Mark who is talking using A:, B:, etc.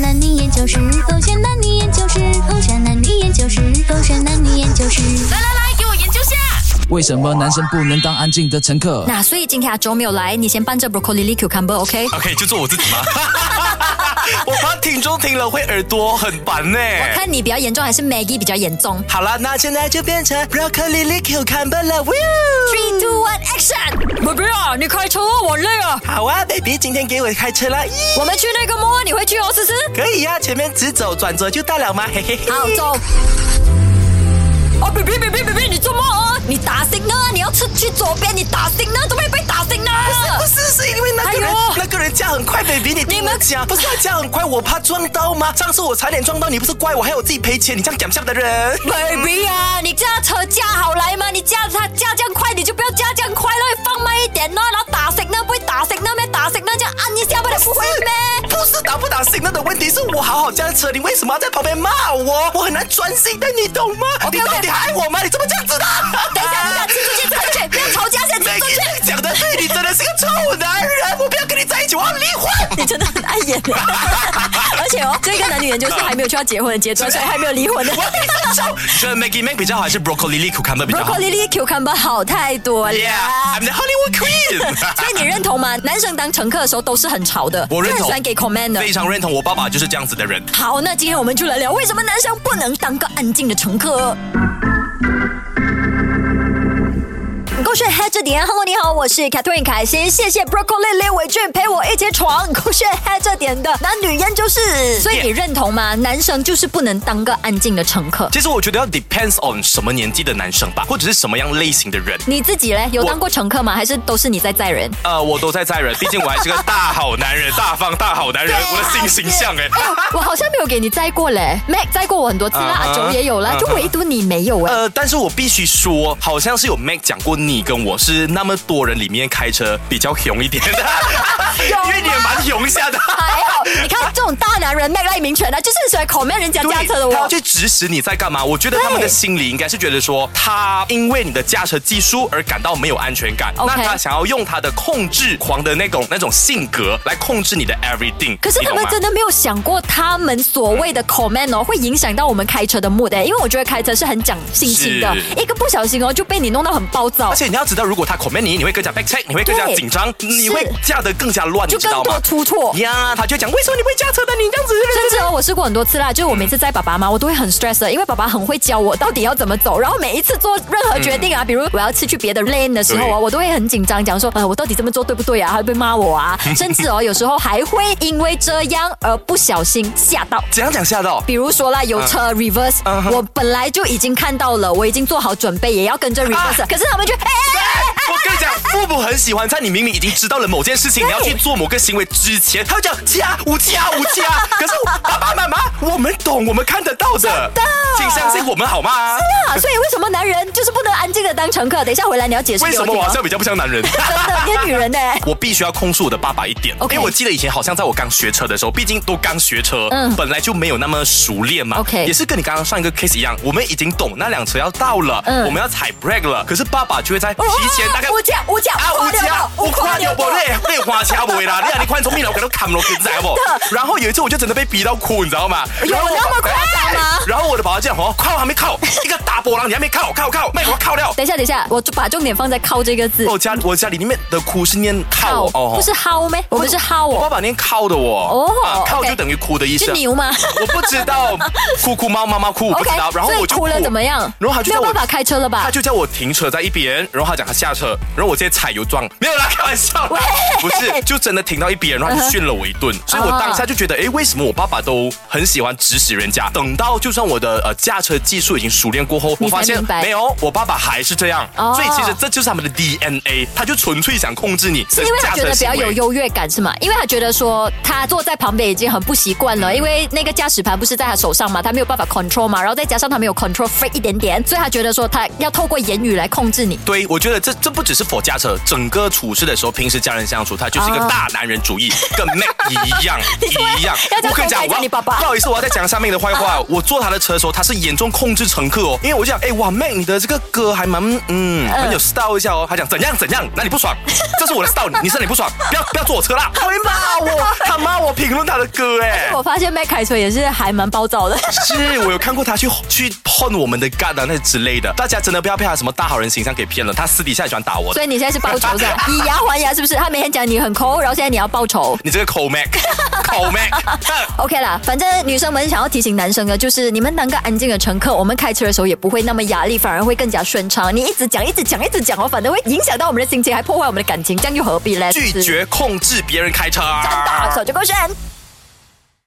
A: 男女研究室，狗血男女研究室，狗血男女研究室，狗血男女研究室。
B: 来来来，给我研究下。
C: 为什么男生不能当安静的乘客？
B: 那所以今天阿周没有来，你先拌着 broccoli leek cucumber，OK？、
D: OK，就做我自 己嘛。我怕听众听了会耳朵很烦呢。
B: 我看你比较严重还是 Maggie 比较严重
D: 好了，那现在就变成 broccoli l i q u cucumber 了。Woo！
B: ？Three, two, one, action！b a 啊，你开车啊，我累啊。
D: 好啊，baby，今天给我开车啦。咦
B: 我们去那个摸，你会去哦，思思。
D: 可以呀、前面直走转折就到了嘛，嘿嘿嘿。
B: 好，走。哦，baby baby baby，你做梦哦！你打醒呢？你要出去左边，你打醒呢？怎么也被打醒呢？啊
D: 不是，是因为那个人、
B: 哎呦
D: 那个人加很快，baby，你听
B: 你
D: 我
B: 们
D: 讲，不是他加很快，我怕撞到吗？上次我差点撞到你，不是怪我，还有我自己赔钱，你这样讲笑的人。
B: Baby 啊，你驾车驾好来嘛，你驾他驾这样快，你就不要驾这样快了，放慢一点呢，然后打醒呢，不会打醒呢咩？打醒呢这样按一下不就不会咩？
D: 不是打不打 signal 的问题，是我好好驾车，你为什么要在旁边骂我？我很难专心的，你懂吗
B: OK，OK
D: 你到底还爱我吗？你怎么这样子的？
B: 等一下，等一下，进出去，进出去，不要吵架，先进
D: 每
B: 出
D: 个
B: 去。
D: 人讲的对，你真的是个臭男人，我不要跟你在一起，我要离婚。
B: 你真的很爱演，而 且哦，这个男女研究是还没有去到结婚的 阶段，所以还没有离婚的。
D: 我要跟你分手。你觉得 Maggie Mac 比较好，还是 Broccoli Lee Cucumber 比较好
B: Broccoli Lee Cucumber 好太 多了。。
D: ？Yeah，I'm the Hollywood Queen
B: 所以你认同吗？男生当乘客的时候都是很吵的，
D: 我认同
B: 更喜欢给 comment 的
D: 非。常认同，我爸爸就是这样子的人。
B: 好，那今天我们就来聊为什么男生不能当个安静的乘客。狗血 head 着点，Hello，你好，我是 Catherine 凯欣，谢谢 Broccoli 李伟俊陪我一起闯狗血 head 着点的男女研究室。所以你认同吗？男生就是不能当个安静的乘 客。
D: 其实我觉得要 depends on 什么年纪的男生吧，或者是什么样类型的人。
B: 你自己嘞，有当过乘客吗？还是都是你在载 人？
D: 呃，我都在载人，毕竟我还是个大好男人，大方大好男人，
B: 啊
D: 我的新形象哎。
B: 我好像没有给你载过嘞，Mac 载过我很多次啦，
D: 啊哈
B: 阿九也有啦，就唯独你没有哎。
D: 呃，但是我必须说，好像是有 Mac 讲过，你跟我是那么多人里面开车比较熊一点 的，因为你也蛮熊一下的。
B: 还好，你看这种大男人卖赖明权的，就是很喜欢 comment 人家
D: 对
B: 驾车的哦
D: 他要
B: 我。
D: 去指使你在干嘛？我觉得他们的心里应该是觉得说，他因为你的驾车技术而感到没有安全感
B: OK
D: 那他想要用他的控制狂的那种那种性格来控制你的 everything。
B: 可是
D: 你
B: 他
D: 懂
B: 们
D: 吗
B: 真的没有想过，他们所谓
D: 嗯
B: 的 comment 哦，会影响到我们开车的 mood 的，因为我觉得开车是很讲心情的，
D: 是
B: 一个不小心哦就被你弄到很暴躁
D: 而，且你要知道，如果他 comment 你，你会更加 back check，你会更加
B: 哦对
D: 紧张，你会驾得更加乱，你
B: 就
D: 知
B: 更
D: 道
B: 多
D: 吗？
B: 出错。
D: 呀，他就讲为什么你不会驾车的？你这样子。
B: 甚至哦，我试过很多次啦，就是我每次载爸爸嘛，我都会很 stress 的，因为爸爸很会教我到底要怎么走，然后每一次做任何决定啊，比如我要去去别的 lane 的时候啊，
D: 对
B: 我都会很紧张，讲说呃我到底这么做对不对啊，还会被骂我啊，甚至哦有时候还会因为这样而不小心吓到。
D: 怎样讲吓到？
B: 比如说啦，有车 reverse，、
D: 嗯哼
B: 我本来就已经看到了，我已经做好准备，也要跟着 reverse，、
D: 啊
B: 可是他们就哎哎哎哎
D: 我跟你讲，父母很喜欢在你明明已经知道了某件事情，
B: 对
D: 你要去做某个行为之前，他会讲加五加五加。可是爸爸妈妈，我们懂，我们看得到的，请相信我们好吗？
B: 啊，所以为什么男人就是不能安静的当乘客？等一下回来你要解释
D: 为
B: 给
D: 什
B: 我
D: 么
B: 听、
D: 我好
B: 哦。
D: 像比较不像男人？
B: 真的跟女人呢、
D: 我必须要控诉我的爸爸一点
B: OK
D: 因为我记得以前好像在我刚学车的时候，毕竟都刚学车，
B: 嗯
D: 本来就没有那么熟练嘛
B: OK
D: 也是跟你刚刚上一个 case 一样，我们已经懂那辆车要到了，
B: 嗯哦
D: 我们要踩 brake 了，可是爸爸就会在
B: 啊
D: 提前大概
B: 五架五架
D: 啊，
B: 五
D: 有
B: 花六
D: 家
B: 道，
D: 有看
B: 哦
D: 到无咧，你哦花车袂啦，你啊你看聪明了，我给他砍落去，知不？然后有一次我就真的被逼到哭，你知道吗？
B: 有那么夸张吗
D: 然后我的宝宝这样哦，靠还没靠，一个大波浪你还没靠，靠靠，麦我靠掉。
B: 等一下，等一下，我就把重点放在“靠”这个字。
D: 我家我家里面的哭是念靠哦，
B: 不是薅咩？我们是薅
D: 我爸
B: 哦，
D: 爸念靠的我，
B: 哦
D: 啊靠
B: OK
D: 就等于哭的意思
B: 是
D: 啊。
B: 牛吗
D: 我不知道，哭哭猫妈妈哭，我不
B: ？OK，
D: 知道。然后
B: 所
D: 我
B: 以
D: 就
B: 哭了怎么样？
D: 然后他就
B: 没有
D: 叫我
B: 办法开车了吧
D: 他？就叫我停车在一边，然后他讲他下车，然后我直接踩油撞，没有啦，开玩笑啦，不是，就真的停到一边，然后他就训了我一 顿，所以我当下就觉得，诶，为什么我爸爸都很喜欢指使人家？等到就算我的呃驾车技术已经熟练过后，
B: 你才
D: 我发现
B: 明白
D: 没有，我爸爸还是这样，
B: 哦
D: 所以其实这就是他们的 DNA，他就纯粹想控制你的
B: 是因为他
D: 驾
B: 觉
D: 车
B: 得比较
D: 行
B: 有
D: 为。
B: 优越感是吗？因为他觉得说他坐在旁边已经很不习惯了，因为那个驾驶盘不是在他手上嘛，他没有办法 control 嘛，然后再加上他没有 control free 一点点，所以他觉得说他要透过言语来控制你。
D: 对，我觉得这这不只是佛驾车，整个处事的时候，平时家人相处，他就是一个
B: 啊
D: 大男人主义，跟 Mac 一样一样。
B: 要家
D: 我跟
B: 公
D: 你讲，
B: 开讲
D: 我要
B: 你爸爸
D: 不。好意思，我要再讲上面的坏话。哦我坐他的车的时候，他是严重控制乘客哦，因为我就讲，哎、哇，Mac，你的这个歌还蛮，嗯，很有 style 一下哦。他讲怎样怎样，那你不爽，这是我的 style，你是你不爽，不要不要坐我车啦。他会骂我，他骂我评论他的歌，哎。
B: 我发现麦凯车也是还蛮暴躁的，
D: 是我有看过他去去碰我们的 g a 啊那之类的，大家真的不要被他什么大好人形象给骗了，他私底下也喜欢打我 的
B: 所。以你现在是报仇是吧？以牙还牙是不是？他每天讲你很抠，然后现在你要报仇。
D: 你这个口 Mac，口 Mac，
B: OK 啦，反正女生们想要提醒男生的，就是你们当个安静的乘客，我们开车的时候也不会那么压力，反而会更加顺畅。你一直讲，一直讲，一直讲哦，反正会影响到我们的心情，还破坏我们的感情，这样又何必嘞？
D: 拒绝控制别人开车。
B: 啊，手就够炫。